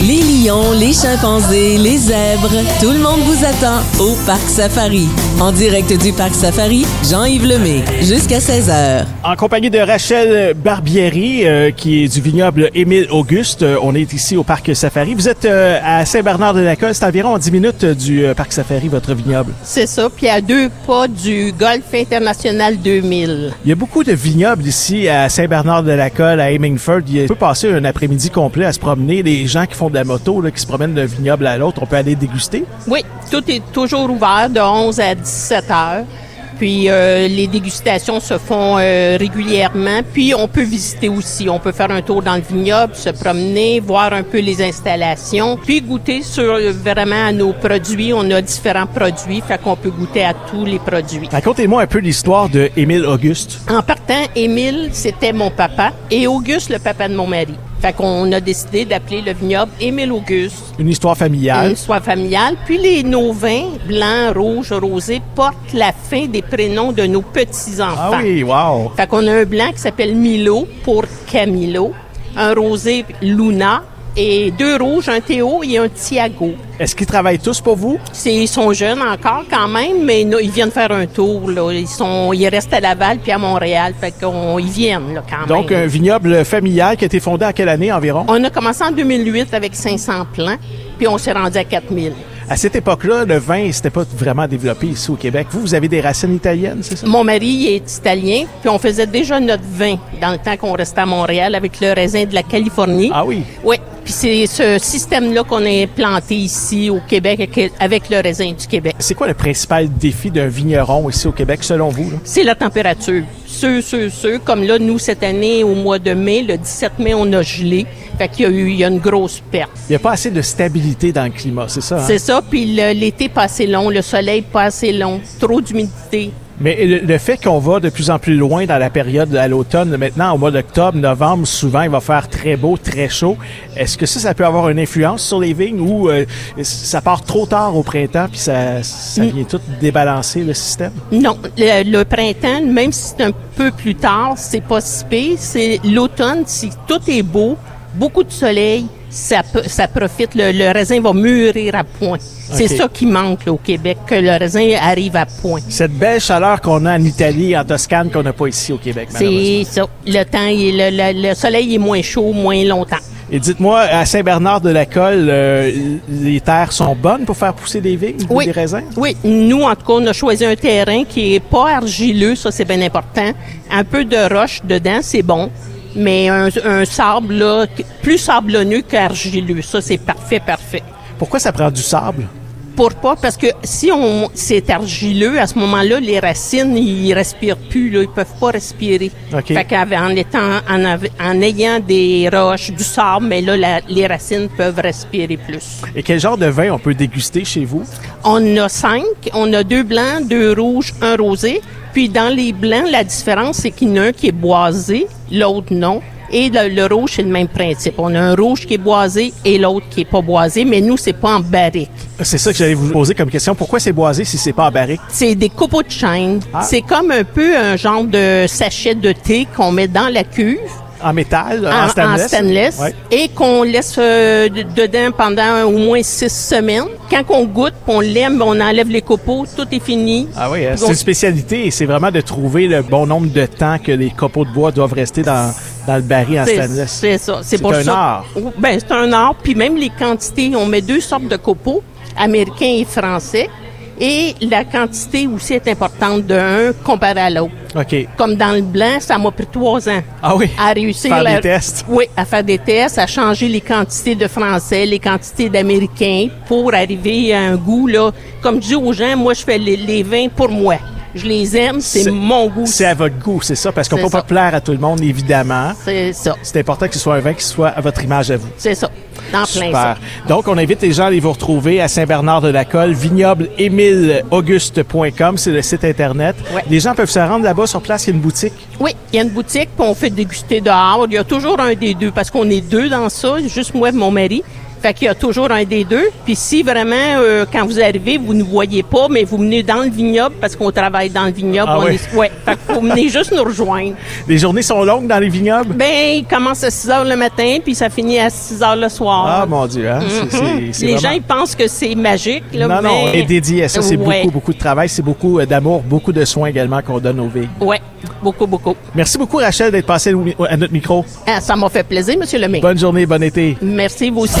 lions, les chimpanzés, les zèbres, tout le monde vous attend au Parc Safari. En direct du Parc Safari, Jean-Yves Lemay, jusqu'à 16h. En compagnie de Rachel Barbieri, euh, qui est du vignoble Émile Auguste, euh, on est ici au Parc Safari. Vous êtes euh, à Saint-Bernard-de-la-Colle, c'est environ à 10 minutes du euh, Parc Safari, votre vignoble. C'est ça, puis à deux pas du Golf International 2000. Il y a beaucoup de vignobles ici à Saint-Bernard-de-la-Colle, à Hemingford. Il peut passer un après-midi complet à se promener. Les gens qui font de la moto, là, qui se promènent d'un vignoble à l'autre, on peut aller déguster. Oui, tout est toujours ouvert de 11 à 17 heures. Puis euh, les dégustations se font euh, régulièrement. Puis on peut visiter aussi. On peut faire un tour dans le vignoble, se promener, voir un peu les installations, puis goûter sur euh, vraiment à nos produits. On a différents produits, fait qu'on peut goûter à tous les produits. Racontez-moi un peu l'histoire de Émile Auguste. En partant, Émile, c'était mon papa et Auguste, le papa de mon mari. Fait qu'on a décidé d'appeler le vignoble Émile Auguste. Une histoire familiale. Une soie familiale. Puis les, nos vins, blancs, rouges, rosés, portent la fin des prénoms de nos petits-enfants. Ah oui, wow. Fait qu'on a un blanc qui s'appelle Milo pour Camilo, un rosé Luna et deux rouges, un Théo et un Tiago. Est-ce qu'ils travaillent tous pour vous? C'est- Ils sont jeunes encore quand même, mais no- ils viennent faire un tour. Là. Ils, sont, ils restent à Laval puis à Montréal. Fait qu'on, ils viennent là, quand Donc, un même. vignoble familial qui a été fondé à quelle année environ? On a commencé en 2008 avec 500 plants, puis on s'est rendu à 4000. À cette époque-là, le vin, c'était pas vraiment développé ici au Québec. Vous, vous avez des racines italiennes, c'est ça? Mon mari il est italien, puis on faisait déjà notre vin dans le temps qu'on restait à Montréal avec le raisin de la Californie. Ah oui? Oui, puis c'est ce système-là qu'on a implanté ici au Québec avec- avec le raisin du Québec. C'est quoi le principal défi d'un vigneron ici au Québec, selon vous? là? C'est la température. Ceux, ceux, ceux, comme là, nous, cette année, au mois de mai, le 17 mai, on a gelé. Fait qu'il y a eu il y a une grosse perte. Il n'y a pas assez de stabilité dans le climat, c'est ça? hein? C'est ça, puis le- l'été pas assez long, le soleil pas assez long, trop d'humidité. Mais le, le fait qu'on va de plus en plus loin dans la période à l'automne, maintenant au mois d'octobre, novembre, souvent il va faire très beau, très chaud. Est-ce que ça, ça peut avoir une influence sur les vignes ou euh, ça part trop tard au printemps puis ça, ça vient tout débalancer le système? Non, le, le printemps, même si c'est un peu plus tard, c'est pas si pire. C'est l'automne, si tout est beau, beaucoup de soleil, ça, peut- ça profite. Le, le raisin va mûrir à point. C'est Ok. ça qui manque là, au Québec, que le raisin arrive à point. Cette belle chaleur qu'on a en Italie, en Toscane, qu'on n'a pas ici au Québec, malheureusement. C'est ça. Le temps, il est- le, le- le soleil est moins chaud, moins longtemps. Et dites-moi, à Saint-Bernard-de-la-Colle, euh, les terres sont bonnes pour faire pousser des vignes ou des raisins? Oui. Nous, en tout cas, on a choisi un terrain qui est pas argileux, ça c'est bien important. Un peu de roche dedans, c'est bon. Mais un, un sable, là, qui- plus sablonneux qu'argileux, ça c'est parfait, parfait. Pourquoi ça prend du sable? Pourquoi? Parce que si on c'est argileux, à ce moment-là, les racines, ils respirent plus, là, ils peuvent pas respirer. OK. Fait qu'avec- en, étant, en, av- en ayant des roches, du sable, mais là, la- les racines peuvent respirer plus. Et quel genre de vin on peut déguster chez vous? On a cinq, on a deux blancs, deux rouges, un rosé. Puis dans les blancs, la différence, c'est qu'il y en a un qui est boisé, l'autre non. Et le, le rouge, c'est le même principe. On a un rouge qui est boisé et l'autre qui est pas boisé, mais nous, c'est pas en barrique. C'est ça que j'allais vous poser comme question. Pourquoi c'est boisé si c'est pas en barrique? C'est des copeaux de chêne. Ah. C'est comme un peu un genre de sachet de thé qu'on met dans la cuve. En métal, en- Euh, en, stainless? en stainless, Ouais. et qu'on laisse euh, d- dedans pendant au moins six semaines. Quand on goûte, puis on l'aime, on enlève les copeaux, tout est fini. Ah oui, hein, Puis c'est on- une spécialité et c'est vraiment de trouver le bon nombre de temps que les copeaux de bois doivent rester dans, dans le baril en c'est- stainless. C'est ça. C'est C'est pour un ça- art. Ben, c'est un art. Puis même les quantités, on met deux sortes de copeaux, américains et français. Et la quantité aussi est importante d'un comparé à l'autre. OK. Comme dans le blanc, ça m'a pris trois ans. Ah oui. À réussir Faire la- des tests. Oui, à faire des tests, à changer les quantités de français, les quantités d'américains pour arriver à un goût, là. Comme je dis aux gens, moi, je fais les, les vins pour moi. Je les aime, c'est C'est- mon goût. C'est à votre goût, c'est ça, parce qu'on C'est peut pas ça. plaire à tout le monde, évidemment. C'est ça. C'est important que ce soit un vin qui soit à votre image à vous. C'est ça. Dans plein Super. ça. Donc, on invite les gens à aller vous retrouver à Saint-Bernard-de-la-Colle, vignoble-émile-auguste.com, c'est le site Internet. Ouais. Les gens peuvent se rendre là-bas sur place, il y a une boutique. Oui, il y a une boutique, puis on fait déguster dehors. Il y a toujours un des deux, parce qu'on est deux dans ça, juste moi et mon mari. Fait qu'il y a toujours un des deux. Puis si vraiment, euh, quand vous arrivez, vous ne voyez pas, mais vous venez dans le vignoble, parce qu'on travaille dans le vignoble. Ah on oui. est- ouais. Fait qu'il Vous venez juste nous rejoindre. Les journées sont longues dans les vignobles? Ben, il commence à 6 heures le matin, puis ça finit à 6 heures le soir. Ah, mon Dieu, hein? c'est- c'est- c'est Mm-hmm. Les vraiment- gens, ils pensent que c'est magique, là, Non, non, on mais- est dédié à ça. C'est Ouais. beaucoup, beaucoup de travail, c'est beaucoup euh, d'amour, beaucoup de soins également qu'on donne aux vignes. Ouais, beaucoup, beaucoup. Merci beaucoup, Rachel, d'être passée au mi- à notre micro. Ah, ça m'a fait plaisir, Monsieur Lemay. Bonne journée, bon été. Merci, vous aussi.